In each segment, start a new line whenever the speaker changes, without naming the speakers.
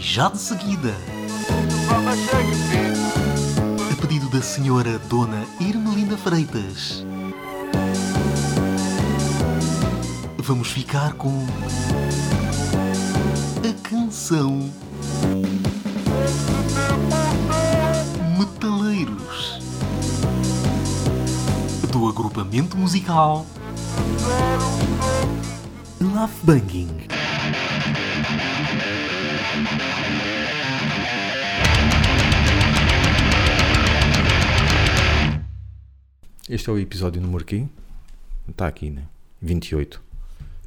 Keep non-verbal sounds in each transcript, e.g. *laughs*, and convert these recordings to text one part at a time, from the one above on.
já de seguida. A pedido da senhora Dona Irmelinda Freitas. Vamos ficar com. A canção. Metaleiros. Do agrupamento musical. Love Banging.
Este é o episódio número aqui. Está aqui, né? 28.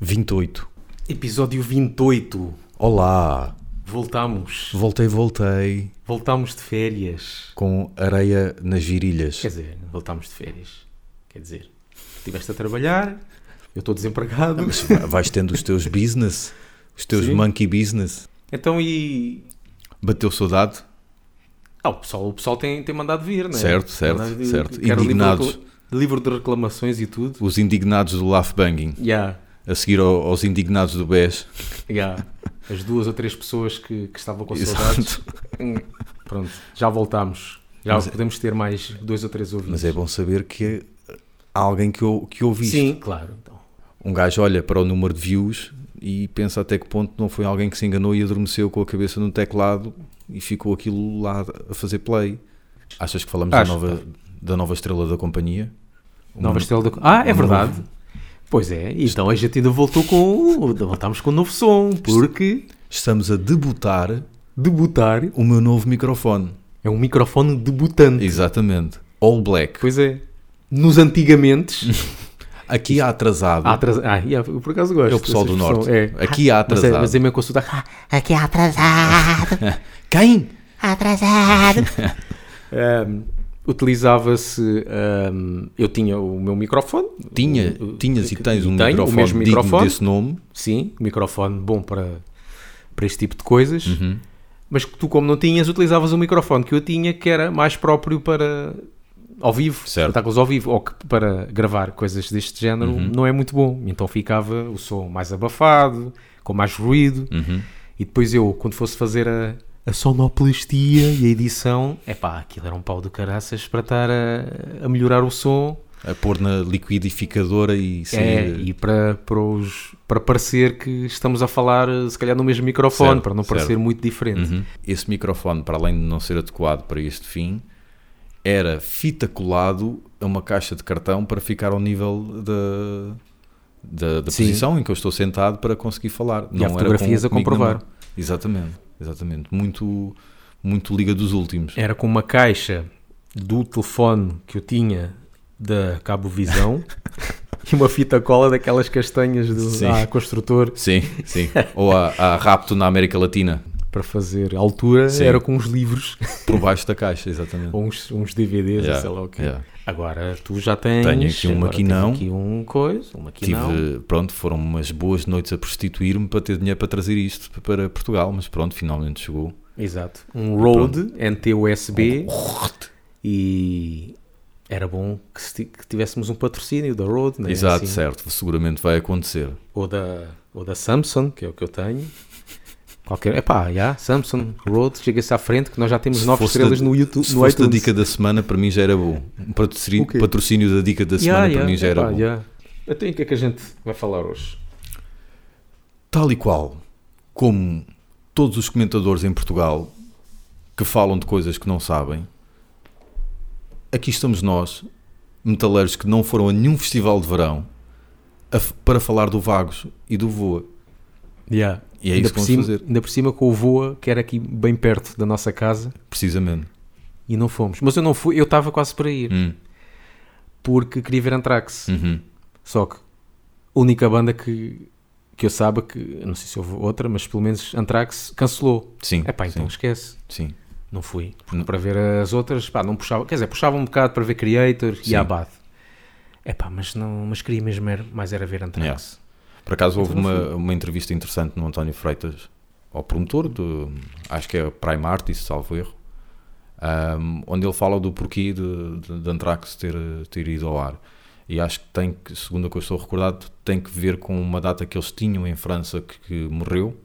28.
Episódio 28.
Olá!
Voltamos.
Voltei, voltei.
Voltamos de férias.
Com areia nas
Quer
virilhas.
dizer, voltamos de férias. Quer dizer, tu estiveste a trabalhar, eu estou desempregado.
Mas va- vais tendo os teus business. Os teus
Sim.
monkey business.
Então e.
Bateu saudade?
Ah, o pessoal, o pessoal tem, tem mandado vir, não é?
Certo, certo,
Mandado
certo.
Quero
Indignados.
Livro, de recla- livro de reclamações e tudo.
Os indignados do Laugh Banging.
Yeah,
A seguir ao- aos indignados do BES.
yeah. As duas ou três pessoas que, que estavam com saudades. Hum, Pronto, já voltámos. Já
Mas é-
podemos ter mais dois ou três ouvintes.
Mas é bom saber que há alguém que, ou, que ouve isto.
Sim, claro. Então,
Um gajo olha para o número de views e pensa até que ponto não foi alguém que se enganou e adormeceu com a cabeça no teclado e ficou aquilo lá a fazer play. Achas que falamos da
Acho,
nova, da nova estrela da companhia? Uma-
Nova Estrela da Co- Ah, é verdade. Pois é, e então a gente ainda voltou com. Voltámos com um novo som, porque
Estamos a debutar
debutar
o meu novo microfone.
é um microfone debutante.
Exatamente. All black.
Pois é. Nos
Uhum.
antigamente.
Aqui há atrasado.
há atras... Ah, e há- eu por acaso gosto.
É o pessoal
dessa
do
expressão,
norte.
é.
Aqui há
Mas é,
atrasado.
mas é meio com sotaque. Ah,
Aqui é atrasado,
Quem?
atrasado.
ahm, Utilizava-se. ahm, eu tinha o meu microfone.
Tinha,
O- o-
tinhas e tens um
tenho, o
microfone
mesmo
digno
microfone.
desse nome.
Sim, um microfone bom para, para este tipo de coisas. Mas que tu, como não tinhas, utilizavas o microfone que eu tinha, que era mais próprio para ao vivo,
Certo.
espetáculos ao vivo, ou que para gravar coisas deste género não é muito bom. Então ficava o som mais abafado, com mais ruído. E depois eu, quando fosse fazer a, a sonoplastia e a edição, epá, aquilo era um pau de caraças para estar a- a melhorar o som
A pôr na liquidificadora e ser...
é, e para, para, os, para parecer que estamos a falar, eh, se calhar, no mesmo microfone,
Certo,
para não
certo. Uhum.
parecer muito diferente.
Esse microfone, para além de não ser adequado para este fim, era fita colado a uma caixa de cartão para ficar ao nível da, da, da
Sim.
posição em que eu estou sentado para conseguir falar.
E há fotografias a
comigo na
comprovar.
mão. Exatamente, exatamente. Muito, muito liga dos últimos.
Era com uma caixa do telefone que eu tinha da
*laughs*
Cabo Visão e uma fita cola daquelas castanhas
Sim.
do ah, construtor *laughs*
Sim, sim. Ou há, há rapto na América Latina,
para fazer altura,
Sim.
era com uns livros *laughs*
por baixo da caixa, exatamente.
ou uns, uns DVDs,
Yeah,
sei lá o quê.
yeah.
Agora tu já tens.
Tenho aqui um
agora tens
maquinão.
aqui um coisa, um maquinão.
Tive, pronto, foram umas boas noites a prostituir-me para ter dinheiro para trazer isto para Portugal, mas pronto, finalmente chegou.
Exato. Um Rode
Um
NT-USB e era bom que, se ti- que tivéssemos um patrocínio da Rode, né?
Exato,
Assim,
certo, seguramente vai acontecer.
ou, da, ou da Samsung, que é o que eu tenho. Qualquer, epá, já, Samsung, Rode, chega-se à frente que nós já temos
Se
nove
fosse
estrelas
da-
no YouTube.
Se
no
fosse da
iTunes.
dica da semana, para mim já era bom. Um patrocínio,
O quê?
patrocínio da dica da semana
Yeah,
para
yeah,
mim já era
epá,
bom.
yeah. Então, e o que é que a gente vai falar hoje?
Tal e qual como todos os comentadores em Portugal que falam de coisas que não sabem, aqui estamos nós, metaleiros que não foram a nenhum festival de verão, a f- para falar do Vagos e do Voa. E é
ainda,
isso que
por
vamos
cima,
fazer,
ainda por cima com o Voa, que era aqui bem perto da nossa casa,
precisamente.
e não fomos. Mas eu não fui, eu estava quase para ir,
Hum,
porque queria ver Antrax.
uhum.
Só que a única banda que, que eu saiba, que eu não sei se houve outra, mas pelo menos Anthrax cancelou.
Sim,
É pá, então
sim,
esquece.
sim.
Não fui.
Não.
Porque para ver as outras, pá, não puxava. Quer dizer, puxava um bocado para ver Creator
Sim.
e Abad. É pá, mas, não, mas queria mesmo era, mais era ver Anthrax.
Por acaso houve
Então, no
uma, uma entrevista interessante no António Freitas, ao promotor, do, acho que é Prime Artist, salvo erro, ahm, onde ele fala do porquê de, de, de Anthrax ter, ter ido ao ar. E acho que tem que, segundo o que eu estou recordado, tem que ver com uma data que eles tinham em França que, que morreu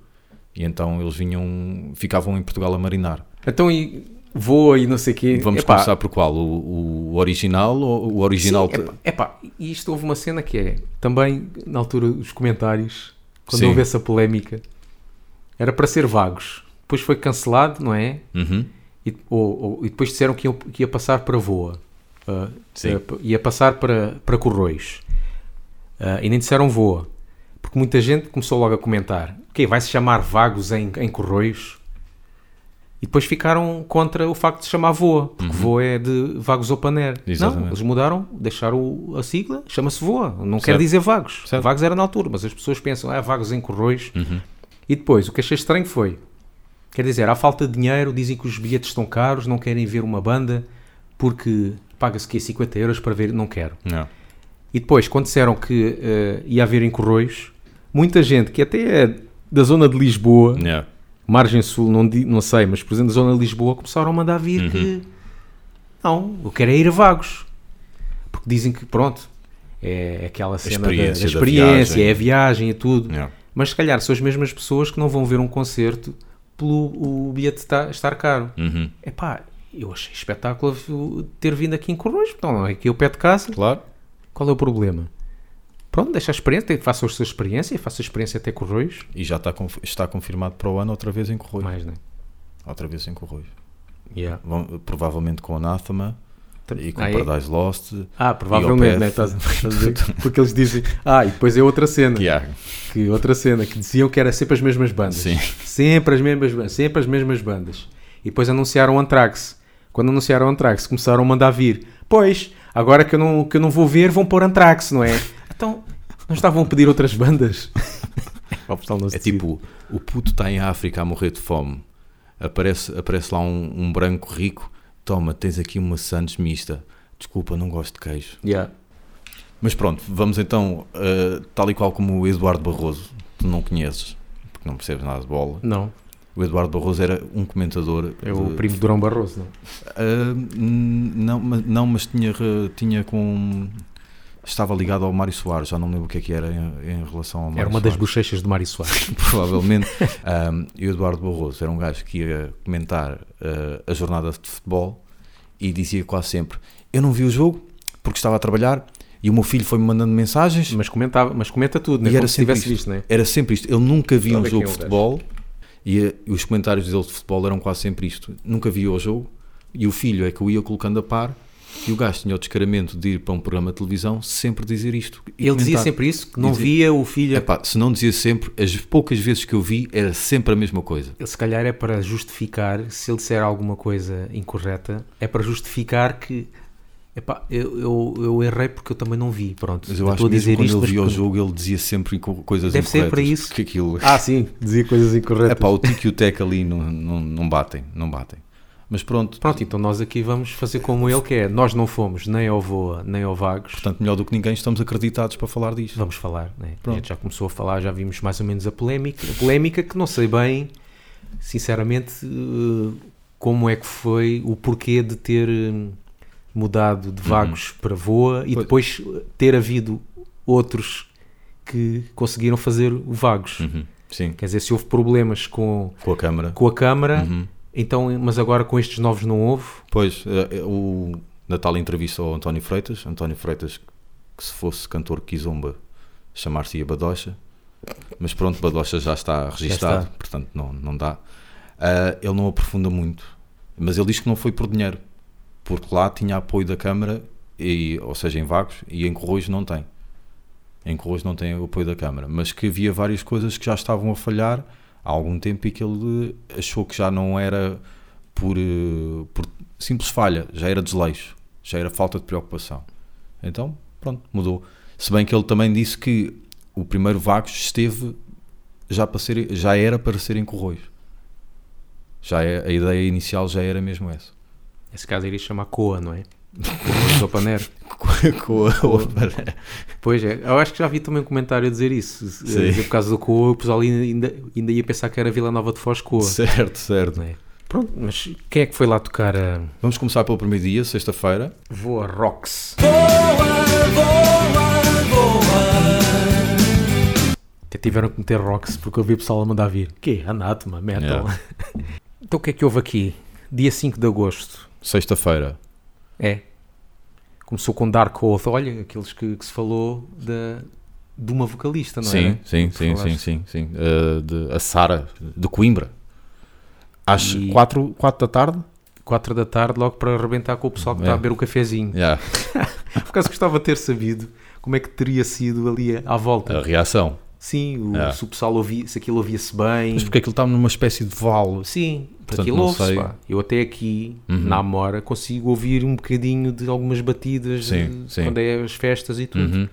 E então eles vinham, ficavam em Portugal a marinar.
Então e voa e não sei o quê.
Vamos
Epá,
começar por qual? O, o original ou o
sim,
original?
epá, epá, e isto houve uma cena que é também na altura os comentários, quando
Sim.
houve essa polémica, era para ser vagos. Depois foi cancelado, não é?
Uhum.
E, ou- ou- e depois disseram que iam- que ia, passar para Voa. Ah,
Sim.
ah, ia passar para, para Corroios. Ah, e nem disseram Voa. Porque muita gente começou logo a comentar. Ok, vai-se chamar Vagos em, em Corroios? E depois ficaram contra o facto de se chamar Voa. Porque Voa é de Vagos Opaner. Não,
Uhum. Exatamente.
eles mudaram, deixaram o- a sigla, chama-se Voa. Não quer
Certo.
dizer Vagos.
Certo. Uhum.
Vagos era na altura, mas as pessoas pensam, ah, Vagos em Corroios. E depois, o que achei estranho foi, Quer dizer, há falta de dinheiro, dizem que os bilhetes estão caros, não querem ver uma banda porque paga-se que 50 euros para ver, não quero.
Não.
E depois, quando disseram que eh, ia haver em Corroios, muita gente que até é da zona de Lisboa,
Yeah.
margem sul, não, di- não sei, mas por exemplo, da zona de Lisboa, começaram a mandar vir
Uhum.
que não, eu quero é ir a Vagos. Porque dizem que, pronto, é aquela cena da-
experiência
da,
da
experiência,
viagem.
é a viagem e tudo.
Yeah.
Mas se calhar são as mesmas pessoas que não vão ver um concerto pelo o bilhete tá- estar caro.
Uhum.
Epá, eu achei espetáculo o- ter vindo aqui em Corroios, então não é aqui ao pé de casa.
Claro.
Qual é o problema? Pronto, deixa a experiência, faça a sua experiência, faça a experiência até Corroios.
E já está, conf- está confirmado para o ano outra vez em Corroios.
Mais, né?
Outra vez em Corroios.
Yeah.
Vão- provavelmente com Anathema e com
Ah, é?
Paradise Lost.
Ah, provavelmente,
IOPF.
né?
*laughs*
Estás- estás a dizer? Porque eles dizem. Ah, e depois é outra cena.
Yeah.
que outra cena que diziam que era sempre as mesmas bandas.
Sim.
Sempre as mesmas bandas, sempre as mesmas bandas. E depois anunciaram o Anthrax. Quando anunciaram o Anthrax, começaram a mandar vir. Pois, agora que eu não, que eu não vou ver, vão pôr Anthrax, não é? Então, não estavam a pedir outras bandas? O pessoal não
*laughs*
se
É
decide.
tipo, o puto está em África a morrer de fome. Aparece, aparece lá um, um branco rico. Toma, tens aqui uma Santos mista. Desculpa, não gosto de queijo.
Yeah.
Mas pronto, vamos então, eh, tal e qual como o Eduardo Barroso, tu não conheces, porque não percebes nada de bola.
Não,
O Eduardo Barroso era um comentador.
é o
de-
primo de Durão Barroso, não?
Ah, n- não, mas, não, mas tinha, re- tinha com. Estava ligado ao Mário Soares, já não me lembro o que é que era em, em relação ao Mário
Era uma das
Soares,
bochechas de Mário Soares. *laughs*
provavelmente. Ah, e o Eduardo Barroso era um gajo que ia comentar ah, a jornada de futebol e dizia quase sempre: Eu não vi o jogo porque estava a trabalhar e o meu filho foi-me mandando mensagens.
Mas, comentava, mas comenta tudo, né?
E era
Como se
sempre
tivesse
isto.
visto, né?
Era sempre isto. Ele nunca via
Olha
um
quem
jogo
é
de
o gajo.
futebol e, eh, os comentários dele de futebol eram quase sempre isto. Nunca via o jogo e o filho é que o ia colocando a par e o gajo tinha o descaramento de ir para um programa de televisão sempre dizer isto. e
Ele dizia
comentar.
sempre isso, que não
dizia-
via o filho.
Epá, se não dizia sempre, as poucas vezes que eu vi era sempre a mesma coisa.
Ele, se calhar é para justificar, se ele disser alguma coisa incorreta, é para justificar que epá, eu, eu, eu errei porque eu também não vi. Pronto,
Mas eu
estou
acho
a
que
dizer
mesmo quando
isto,
ele
mas
via o
porque-
jogo ele dizia sempre co- coisas
Deve ser
incorretas.
para isso.
Porque aquilo...
Ah, sim, dizia coisas incorretas.
*laughs* Epá, o tico e o teco ali não, não, não batem, não batem. Mas pronto,
Pronto, então nós aqui vamos fazer como ele que é. Nós não fomos nem ao Voa, nem ao Vagos.
portanto, melhor do que ninguém estamos acreditados para falar disto.
Vamos falar, né? A
Pronto.
gente já começou a falar, já vimos mais ou menos a polémica. A polémica que não sei bem, sinceramente, eh, como é que foi, o porquê de ter eh, mudado de vagos para voa e
Uhum. Pois.
depois eh, ter havido outros que conseguiram fazer o vagos.
Uhum, Sim,
Quer dizer, se houve problemas com,
com a câmara.
com a Câmara,
Uhum.
então, mas agora com estes novos não houve.
Pois, eh, o Natal entrevista ao António Freitas. António Freitas, que se fosse cantor Kizomba, chamar-se-ia Badocha. Mas pronto, Badocha já está registado,
está.
portanto não, não dá. Ah, ele não aprofunda muito, mas ele diz que não foi por dinheiro, porque lá tinha apoio da Câmara, e, ou seja, em Vagos, e em Corroios não tem. Em Corroios não tem o apoio da Câmara, mas que havia várias coisas que já estavam a falhar há algum tempo e que ele achou que já não era por, eh, por simples falha, já era desleixo, já era falta de preocupação. Então, pronto, mudou. Se bem que ele também disse que o primeiro Vagos esteve já, para ser, já era para ser em Corroios. Já é, a ideia inicial já era mesmo essa.
Nesse caso iria chamar Coa, não é? Corroios ao Panero.
*laughs* Com a né? outra.
Pois é, eu acho que já vi também um comentário a dizer isso. A
Sim.
dizer por causa do Coa, o pessoal ainda, ainda- ainda ia pensar que era Vila Nova de Foz Coa.
Certo, certo.
né? Pronto, mas quem é que foi lá tocar a
Vamos começar pelo primeiro dia, sexta-feira.
Voa Rocks? tiveram que meter rocks porque eu vi o pessoal a mandar vir. Que? Anátema, metal.
Yeah.
*laughs* Então o que é que houve aqui? Dia 5 de agosto.
Sexta-feira.
É. Começou com Dark Oath. Olha, aqueles que, que se falou da, de uma vocalista, não é?
Sim, sim,
Tu
sim, sim,
falaste.
sim, sim. Uh, de- a Sara, de Coimbra. Às
E-
4 quatro da tarde?
4 da tarde, logo para arrebentar com o pessoal que
É.
está a beber o cafezinho.
Yeah.
Por acaso gostava de ter sabido como é que teria sido ali à volta.
A reação.
Sim, o,
É.
se o pessoal ouvia, se aquilo ouvia-se bem.
Mas porque aquilo estava numa espécie de assim, vale.
Sim,
Portanto,
aquilo
não
ouve-se.
sei. Uhum.
pá. Eu até aqui, na Amora, consigo ouvir um bocadinho de algumas batidas
Sim,
de-
sim. Uhum.
quando é as festas e tudo.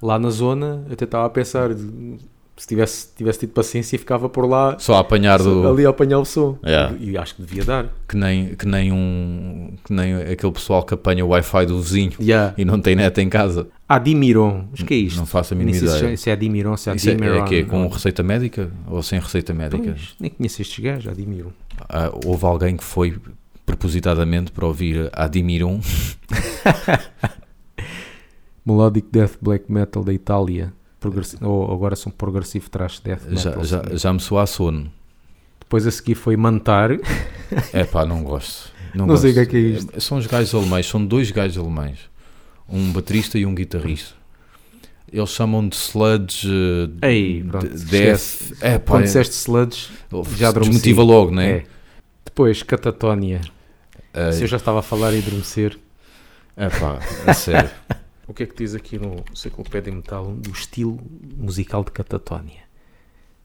Lá na zona, eu até estava a pensar, de- se tivesse, tivesse tido paciência, ficava por lá
Só a apanhar do.
ali a apanhar o som.
É.
E acho que devia dar.
Que nem, que nem um. Que nem aquele pessoal que apanha o Wi-Fi do vizinho
Yeah.
e não tem net em casa.
Adimiron, mas que é isto?
Não faço a
Nem
mínima
sei se,
ideia.
é- se é Adimiron, se é
Isso é,
Adimiron.
é que é com receita médica ou sem receita médica?
Pois, nem conheço estes gajos, Adimiron.
Ah, houve alguém que foi propositadamente para ouvir um? Admirum
Melodic Death Black Metal da Itália. Progressi- ou agora são progressivo trash death
já,
metal.
já, já me soa a sono.
Depois a seguir foi Mantar.
É pá, não gosto. Não,
Não sei o
gosto.
que é que é isto.
São os gajos alemães, são dois gajos alemães, um baterista e um guitarrista. Eles chamam de sludge, eh,
Aí, pronto.
de-
esquece.
death. É pá,
Quando disseste sludge, já
já
adormeci.
desmotiva logo, né?
é. Depois Catatónia.
Ah,
Se eu já estava a falar em adormecer.
É pá, a sério.
O que é que diz aqui no Enciclopédia Metal um, do estilo musical de Catatónia?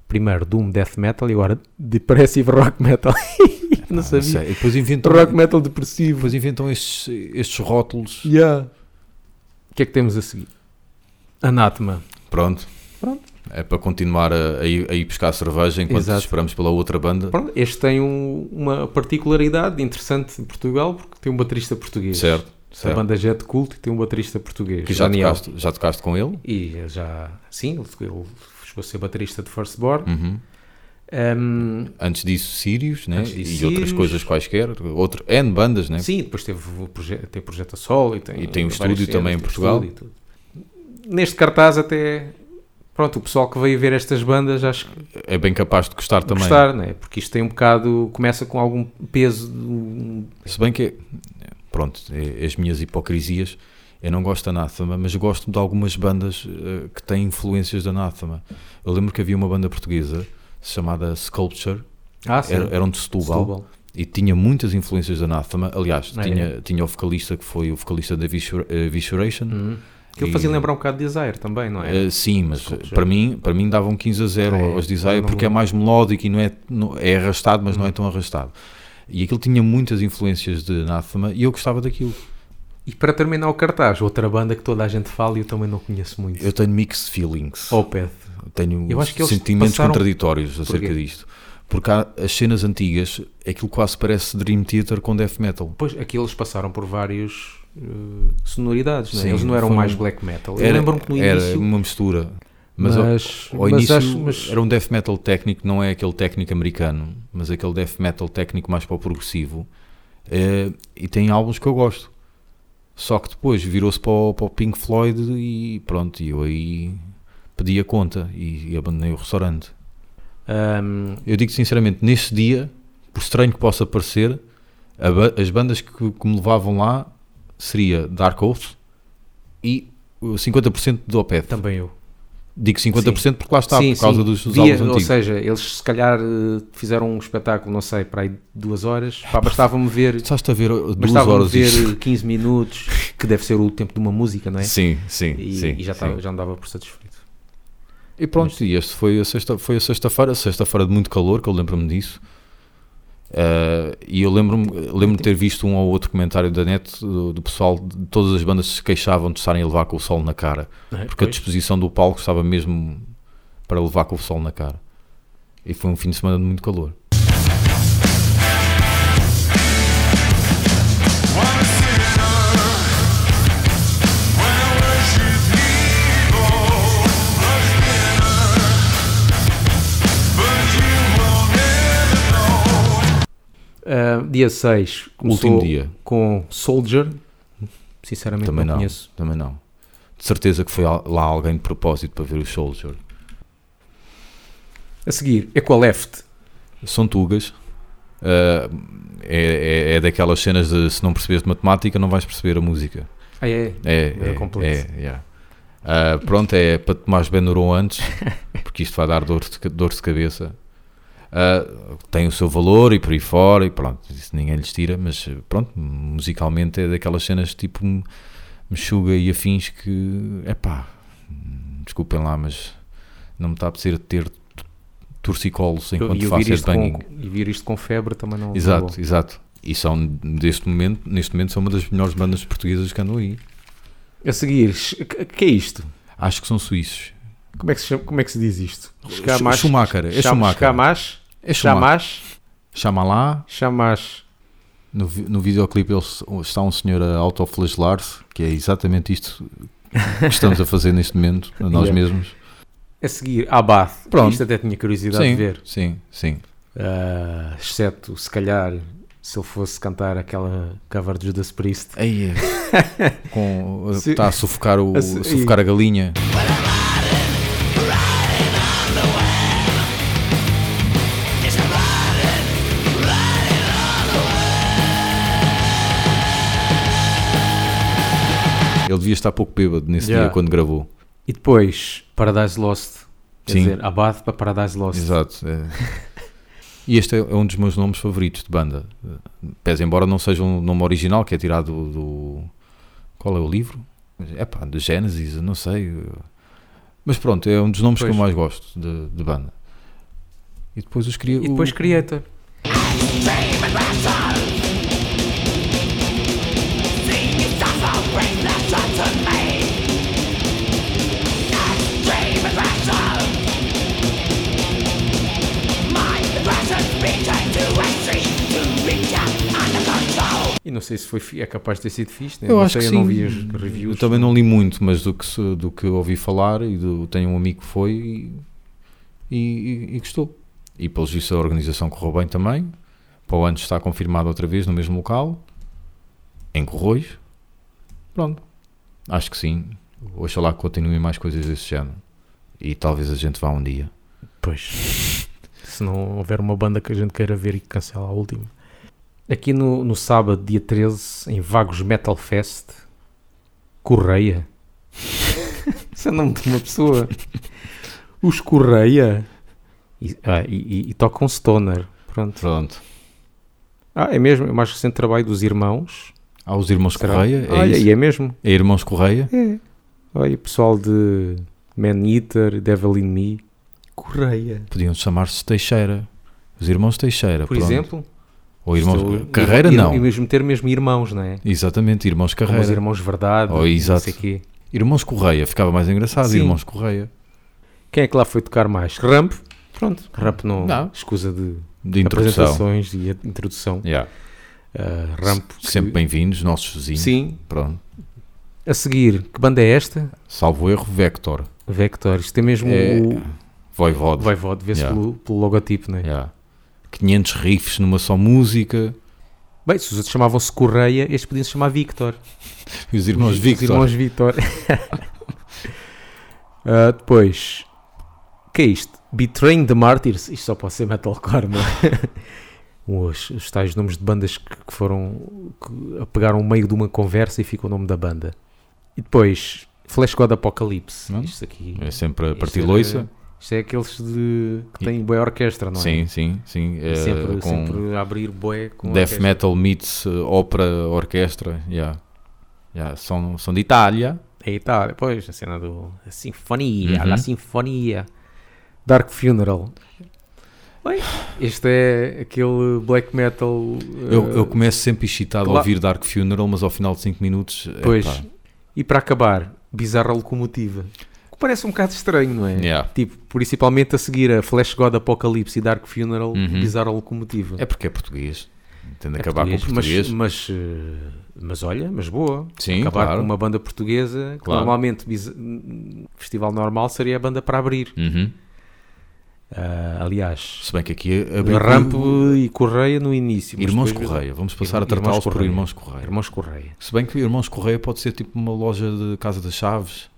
Primeiro Doom Death Metal e agora Depressive Rock Metal. *laughs* Não *laughs*
A
sabia.
é sério. E Depois inventam,
Então, Rock Metal depressivo.
depois inventam estes, estes rótulos.
Yeah. O que é que temos a seguir? Anátema.
Pronto. É para continuar a, a ir, a ir buscar cerveja enquanto
Exato.
esperamos pela outra banda.
Pronto, este tem um- uma particularidade interessante em Portugal porque tem um baterista português.
Certo,
A
certo.
banda Jet Cult tem um baterista português.
Que já
Daniel.
tocaste, já tocaste com ele?
E já, sim, ele, ele chegou a ser baterista de Firstborn.
Uhum.
Um,
Antes disso, Sirius, né?
Antes
e
disso, Sirius.
outras coisas quaisquer. Outro, N bandas, né?
Sim, depois teve o proje tem projeto a solo e tem,
E tem o
várias
estúdio
cenas,
também em
tem
Portugal.
estúdio e tudo. Neste cartaz até, pronto, o pessoal que veio ver estas bandas acho que
É bem capaz de gostar também.
gostar, né? porque isto tem um bocado, começa com algum peso, de um-
Se bem que, pronto, é- as minhas hipocrisias, eu não gosto de Anathema, mas gosto de algumas bandas eh, que têm influências de Anathema. Eu lembro que havia uma banda portuguesa chamada Sculpture,
ah, sim,
era, eram de Setúbal,
Setúbal.
e tinha muitas influências de Anathema. Aliás,
Ah, é?
tinha, tinha o vocalista que foi o vocalista da Visur- eh, Visuration.
Uhum. que ele
E-
fazia lembrar um bocado de Desire também, não é?
Eh, sim, mas para mim, para mim davam 15 a 0
Ah, é?
aos Desire
Não Uhum.
porque é
lembro.
mais melódico e não é, não- é arrastado, mas não é tão arrastado. E aquilo tinha muitas influências de Anathema e eu gostava daquilo.
E para terminar o cartaz, outra banda que toda a gente fala e eu também não conheço muito,
Eu tenho mixed feelings.
Opeth.
Tenho
Oh, Eu acho que eles
sentimentos
passaram-
contraditórios acerca
Porquê?
disto. Porque há as cenas antigas, aquilo quase parece Dream Theater com death metal.
Pois, aqui eles passaram por vários eh, sonoridades, não é?
Sim,
eles não eram
foram-
mais black metal. Eu
Era-
lembro-me que no
era
início...
uma mistura. Mas, ao-
Mas-
ao,
mas
início
acho- mas-
era um death metal técnico, não é aquele técnico americano, mas aquele death metal técnico mais para o progressivo. Eh, e tem álbuns que eu gosto. Só que depois virou-se para, o- para o Pink Floyd e pronto, e eu aí pedi a conta e, e abandonei o restaurante.
Ahm,
Eu digo sinceramente, nesse dia, por estranho que possa parecer, a ba- as bandas que, que me levavam lá seria Dark Oath e uh, 50% do Opeth.
também eu.
Digo 50% porque lá está,
Sim,
por causa
sim.
dos, dos
Via-
álbuns
Ou
antigos.
seja, eles se calhar eh, fizeram um espetáculo, não sei, para aí duas horas. Pá, bastava-me ver,
Estás-te a ver uh, duas
bastava
horas
ver
isto.
15 minutos, que deve ser o tempo de uma música, não é?
Sim, sim,
E,
sim.
e já,
sim.
tava- já andava por satisfeito.
E pronto, e este foi a sexta, foi a sexta-feira, sexta-feira de muito calor, que eu lembro-me disso. Ah, e eu lembro-me lembro de ter visto um ou outro comentário da net do, do pessoal, de todas as bandas se queixavam de estarem a levar com o sol na cara,
É,
porque a disposição do palco estava mesmo para levar com o sol na cara. E foi um fim de semana de muito calor.
Ah, dia 6, começou
Último dia.
com Soldier. Sinceramente,
Também
não
não,
conheço.
também não. De certeza que foi al- lá alguém de propósito para ver o Soldier.
A seguir, Equaleft.
São tugas. Ah, é, é- é daquelas cenas de se não perceberes de matemática, não vais perceber a música.
Ah, é.
É,
Era
é,
complexo.
é, yeah. Ah, pronto, é para tomar Benuron
*laughs*
antes, porque isto vai dar dor de, ca- dor de cabeça. Ah, tem o seu valor e por aí fora, e pronto, isso ninguém lhes tira, mas eh, pronto, musicalmente é daquelas cenas tipo M- Mexuga e afins que, epá, hum, desculpem lá, mas não me está a apetecer ter t- torcicolos
Eu-
enquanto
e ouvir
faço
isto
headbanging.
com- e ouvir isto com febre também não.
Exato,
não é bom.
exato. E são, deste momento, neste momento, são uma das melhores bandas portuguesas que andam aí.
A seguir, o que é isto?
Acho que são suíssos.
Como é que se, chama- como é que se diz isto?
Sch- Schumacher, é Schumacher.
Chamas.
É Schumacher.
Chamas.
Chama lá.
Chamas.
No, vi- no videoclipe ele se- está um senhor a autoflagelar-se, que é exatamente isto que estamos a fazer neste momento, a nós
Yeah.
mesmos.
A seguir, Abath.
Pronto.
Isto até tinha curiosidade de ver.
Sim, sim, sim.
Ah, exceto, se calhar, se ele fosse cantar aquela cover de Judas Priest.
Aí, é.
*laughs*
com,
Sim.
está a sufocar, o,
A su-
a sufocar a galinha. Ele devia estar pouco bêbado nesse
Yeah.
dia quando gravou.
E depois, Paradise Lost. Quer
Sim.
dizer, Abath para Paradise Lost.
Exato. é. e este é um dos meus nomes favoritos de banda. Pese embora não seja um nome original, que é tirado do. do- qual é o livro? É pá, do Genesis, eu não sei. Mas pronto, é um dos nomes
Pois.
que eu mais gosto de, de banda. E depois os cria.
E depois
o-
Creator. E não sei se foi, fi- é capaz de ter sido fixe, né?
Eu
não
acho
sei,
que
eu não
sim.
vi as
Eu
reviews.
também não li muito, mas do que, se- do que ouvi falar e do, tenho um amigo que foi e, e- e- e gostou. E pelos vistos a organização correu bem também. Para o ano está confirmado outra vez no mesmo local, em Corroios. Pronto. Acho que sim. Oxalá que continuem mais coisas desse género. E talvez a gente vá um dia.
Pois. Se não houver uma banda que a gente queira ver e que cancela a última. Aqui no, no sábado, dia 13, em Vagos Metal Fest, Correia. *laughs* Isso é o nome de uma pessoa. Os Correia. E, ah, e- e- e tocam Stoner. Pronto.
Pronto.
Ah, é mesmo. É o mais recente trabalho dos Irmãos.
Há Ah, os Irmãos
Será?
Correia. É,
Olha,
isso?
e é mesmo.
é Irmãos Correia.
Olha, e pessoal de Man Eater, Devil in Me. Correia.
Podiam chamar-se Teixeira. Os Irmãos Teixeira.
Por
pronto.
exemplo.
Ou Irmãos. eh,
Estou-
Carreira
e- e-
não.
E mesmo ter mesmo irmãos, não é?
Exatamente, Irmãos
Como os
Carreira.
irmãos Verdade,
Oh,
não
exato.
sei quê.
Irmãos Correia, ficava mais engraçado,
Sim.
Irmãos Correia.
Quem é que lá foi tocar mais? Ramp, pronto. Ramp não,
Não.
escusa de,
De introdução.
apresentações e a- introdução.
Yeah.
Ah, Ramp. que-
Sempre bem-vindos, nossos vizinhos.
Sim.
Pronto.
A seguir, que banda é esta?
Salvo erro, Vector.
Vector. Isto é mesmo
É,
o
Voivode.
Voivode, vê-se
Yeah.
pelo, pelo logotipo, não é?
Yeah. 500 riffs numa só música.
Bem, se os outros chamavam-se Correia, estes podiam se chamar Victor.
E os irmãos
Os
Victor.
Irmãos Victor. *laughs* Ah, depois, o que é isto? Betraying the Martyrs. Isto só pode ser metalcore, não é? *laughs* os, os tais nomes de bandas que, que foram. que pegaram o meio de uma conversa e fica o nome da banda. E depois, Flash God Apocalypse.
Hum?
Isto aqui.
É sempre a
isto
partir
é-
loiça.
Isto é aqueles de, que têm boa orquestra, não é?
Sim, sim, sim. É,
sempre,
com
sempre a abrir boé com
death
orquestra.
metal meets eh, ópera, orquestra. Yeah. Yeah. São, são de Itália.
É Itália, pois, a cena do. A sinfonia,
Uhum.
a sinfonia. Dark Funeral. Bem, este é aquele black metal.
Eu,
eh,
eu começo sempre excitado
claro.
a ouvir Dark Funeral, mas ao final de 5 minutos.
Pois.
epá,
E para acabar, Bizarra Locomotiva. Que parece um bocado estranho, não é?
yeah.
Tipo, principalmente a seguir a Flash God Apocalypse e Dark Funeral,
Uhum.
Bizarra Locomotiva.
É porque é português. Tem de
É
acabar com o português.
mas, mas, eh, mas olha, mas boa.
Sim,
acabar
claro.
com uma banda portuguesa, que
Claro.
normalmente bis- hum, festival normal seria a banda para abrir.
Uhum.
Ah, aliás,
Se bem que aqui abriu
Rampo e Correia no início. mas
Irmãos
depois-
Correia. Vamos passar
Irm-
a tratá-los
Irmãos
por
Correia.
Irmãos Correia.
Irmãos Correia.
Se bem que Irmãos Correia pode ser tipo uma loja de Casa das Chaves,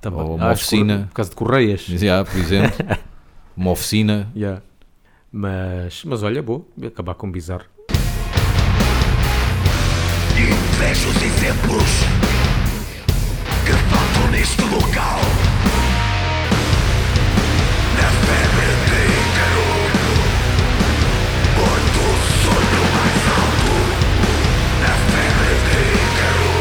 Também.
Ou uma
Acho que
oficina.
Por, por causa de Correias. *laughs*
Mas, yeah, por exemplo. uma oficina.
Yeah. Mas, mas olha, vou acabar com bizarro.
Eu vejo os exemplos que faltam neste local. Na febre de Ícaro, onde o sonho mais alto. Na febre de Ícaro,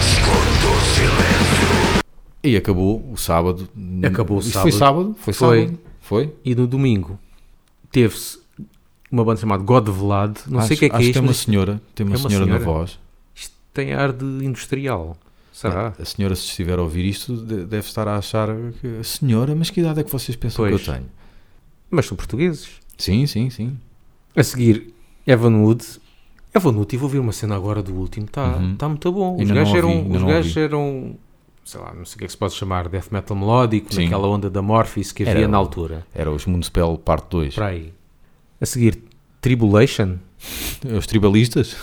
escuto o silêncio.
E acabou o sábado.
Acabou o
Isto
sábado.
Foi sábado? Foi,
Foi.
sábado? Foi?
E no domingo teve-se uma banda chamada God Vlad. Não sei o
Acho-
que é que é
acho
isto,
Tem uma
mas
senhora, tem uma,
É uma
senhora,
senhora?
na voz.
isto tem ar de industrial. Será?
A senhora, se estiver a ouvir isto, de- deve estar a achar que. Senhora, mas que idade é que vocês pensam
Pois.
que eu tenho?
Mas são portugueses.
Sim, sim, sim.
A seguir, Evan Wood. Evan Wood, e vou ouvir uma cena agora do último. Está
Uhum.
tá muito bom. Os
Ainda não
gajos
ouvi,
eram,
ainda
os
não
gajos
ouvi.
eram, sei lá, não sei o que é que se pode chamar, death metal melódico,
Sim.
naquela onda da Morpheus que
Era
havia na
o-
altura.
Era os Municipal Parte 2.
Para aí. A seguir, Tribulation.
Os tribalistas?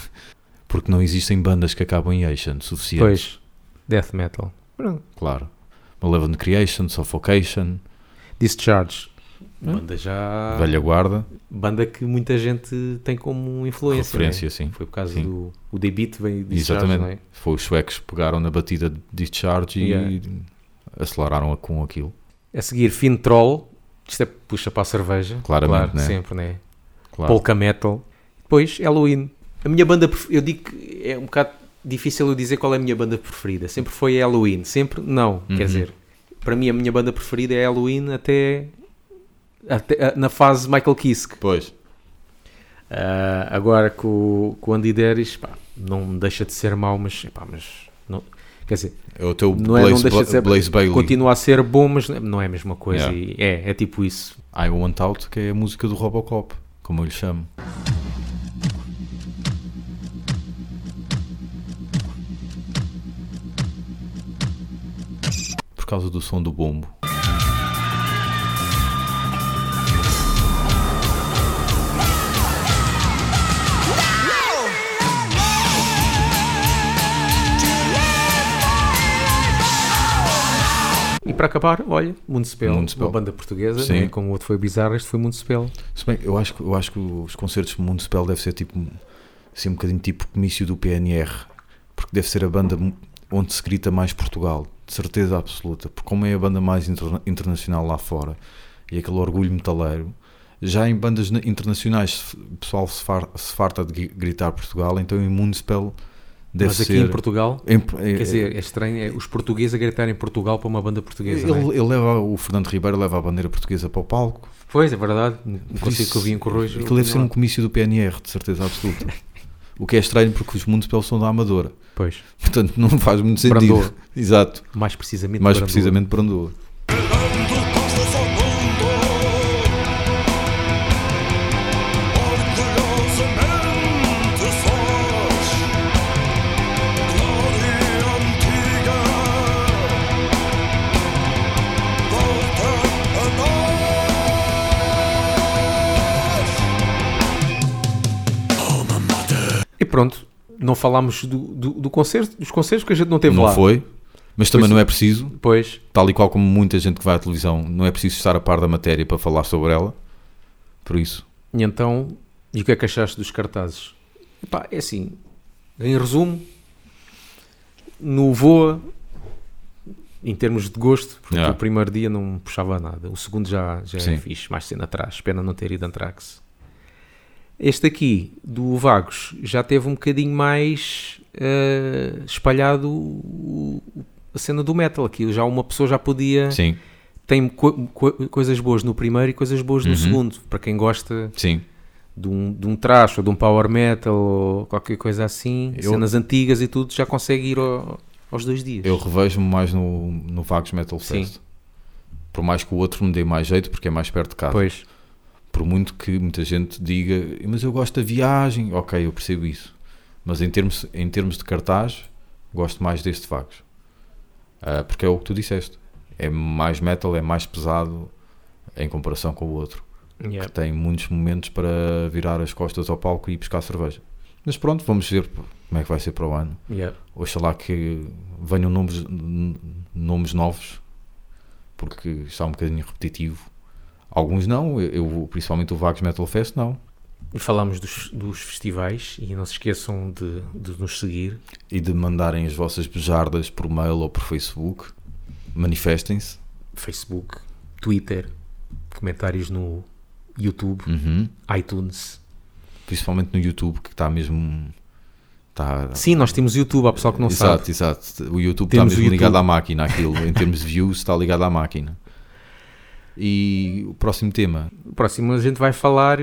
Porque não existem bandas que acabam em Asian suficientes.
Pois, death metal. Pronto.
Claro. Malevolent Creation, Suffocation,
Discharge.
Hum?
Banda já.
Velha Guarda,
Banda que muita gente tem como influência.
referência,
não é?
sim.
Foi por causa
Sim.
do. O debit vem de Discharge,
Exatamente.
não é?
Foi os suecos que pegaram na batida de Discharge e
Yeah.
aceleraram-a com aquilo.
é? A seguir, Fin Troll. Isto é puxa para a cerveja.
Claramente,
claro,
né?
Sempre, né?
Claro.
Polka Metal. Depois, Halloween. A minha banda. pref- Eu digo que é um bocado difícil eu dizer qual é a minha banda preferida. Sempre foi Halloween. Sempre, não. Quer dizer, para mim, a minha banda preferida é Halloween até. até na fase Michael Kiske.
Pois.
Ah, agora com, com o Andy Deris, pá, não deixa de ser mau, mas, epá, mas não, quer dizer,
É o teu
não, é, não
Blaze,
deixa de ser
Ba- Blaze Bailey.
continua a ser bom, mas não é a mesma coisa.
Yeah.
e é, é tipo isso.
I Want Out, que é a música do Robocop, como eu lhe chamo. Por causa do som do bombo.
E para acabar, olha, Municipal,
Municipal.
uma banda portuguesa,
Sim.
né? como o outro foi bizarro, este foi Municipal.
Se bem, eu acho, que- eu acho que os concertos do Municipal deve ser tipo assim um bocadinho tipo comício do PNR, porque deve ser a banda mu- onde se grita mais Portugal, de certeza absoluta, porque como é a banda mais interna- internacional lá fora e aquele orgulho metaleiro, já em bandas na- internacionais se- o pessoal se, far- se farta de gri- gritar Portugal, então em Municipal deve
mas aqui
ser
em Portugal,
em Por-
quer dizer, é estranho é, os portugueses a gritarem Portugal para uma banda portuguesa. não é?
ele, ele leva o Fernando Ribeiro leva a bandeira portuguesa para o palco.
Pois, é verdade, não
Por
consigo
isso,
que eu vi em Corrojo.
Aquilo deve ser um comício do PNR, de certeza absoluta. o que é estranho porque os mundos pelos são da Amadora.
Pois,
Portanto, não faz muito sentido.
Brandoa.
Exato.
mais precisamente.
Mais
Brandoa.
precisamente Brandoa.
Dando costas ao mundo, orgulhosamente sós, glória antiga, volta a
E pronto, não falámos do, do, do concerto, dos concertos que a gente não teve
não
lá.
foi, mas também
Pois-
não é preciso,
Pois,
tal e qual como muita gente que vai à televisão, não é preciso estar a par da matéria para falar sobre ela. Por isso,
e então, e o que é que achaste dos cartazes? Epá, é assim, em resumo, no Voa, em termos de gosto, porque
Yeah.
o primeiro dia não puxava a nada, o segundo já, já é
Sim.
fixe, mais cena atrás, pena não ter ido Antrax. Este aqui, do Vagos, já teve um bocadinho mais eh, espalhado o- o- a cena do metal, aqui já uma pessoa já podia...
sim,
tem co- co- coisas boas no primeiro e coisas boas
Uhum.
no segundo, para quem gosta
sim.
de um, de um trash ou de um power metal ou qualquer coisa assim,
Eu-
cenas antigas e tudo, já consegue ir ao- aos dois dias.
Eu revejo-me mais no, no Vagos Metal Fest. Por mais que o outro me dê mais jeito, porque é mais perto de casa.
Pois,
Por muito que muita gente diga, mas eu gosto da viagem, ok, eu percebo isso. Mas em termos, em termos de cartaz, gosto mais deste Vagos. Ah, porque é o que tu disseste. É mais metal, é mais pesado em comparação com o outro.
yeah.
Que tem muitos momentos para virar as costas ao palco e buscar cerveja. Mas pronto, vamos ver como é que vai ser para o ano.
Yeah.
Oxalá que venham nomes, n- nomes novos porque está um bocadinho repetitivo. Alguns não, eu, eu- principalmente o Vagos Metal Fest, não.
E falámos dos, dos festivais e não se esqueçam de, de nos seguir.
E de mandarem as vossas bejardas por mail ou por Facebook, manifestem-se.
Facebook, Twitter, comentários no YouTube,
Uhum.
iTunes.
Principalmente no YouTube, que está mesmo. Está,
Sim, nós temos YouTube, há pessoal que não
Ah. exato,
sabe.
exato. O YouTube
Temos
está
o
mesmo
YouTube.
ligado à máquina, aquilo. em termos de views, está ligado à máquina. E o próximo tema,
No próximo a gente vai falar.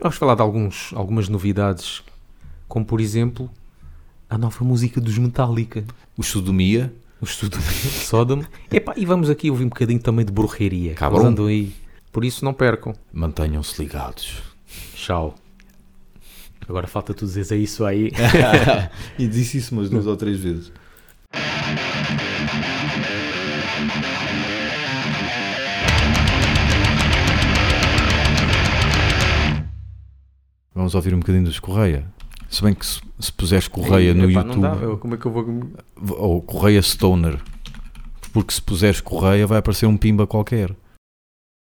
Vamos falar de alguns, algumas novidades, como por exemplo a nova música dos Metallica.
o Sodomia.
O estudo de *laughs* Sodom. Epá, e vamos aqui ouvir um bocadinho também de borreria. que
Cabrão.
eles andam aí. Por isso não percam.
Mantenham-se ligados.
Tchau. Agora falta tu dizeres é isso aí.
e disse isso umas duas ou três vezes. Vamos ouvir um bocadinho dos Correia. Se bem que se, se puseres Correia no
Epá,
YouTube
Não dá, eu- como é que eu vou.
ou Correia Stoner, porque se puseres Correia vai aparecer um pimba qualquer.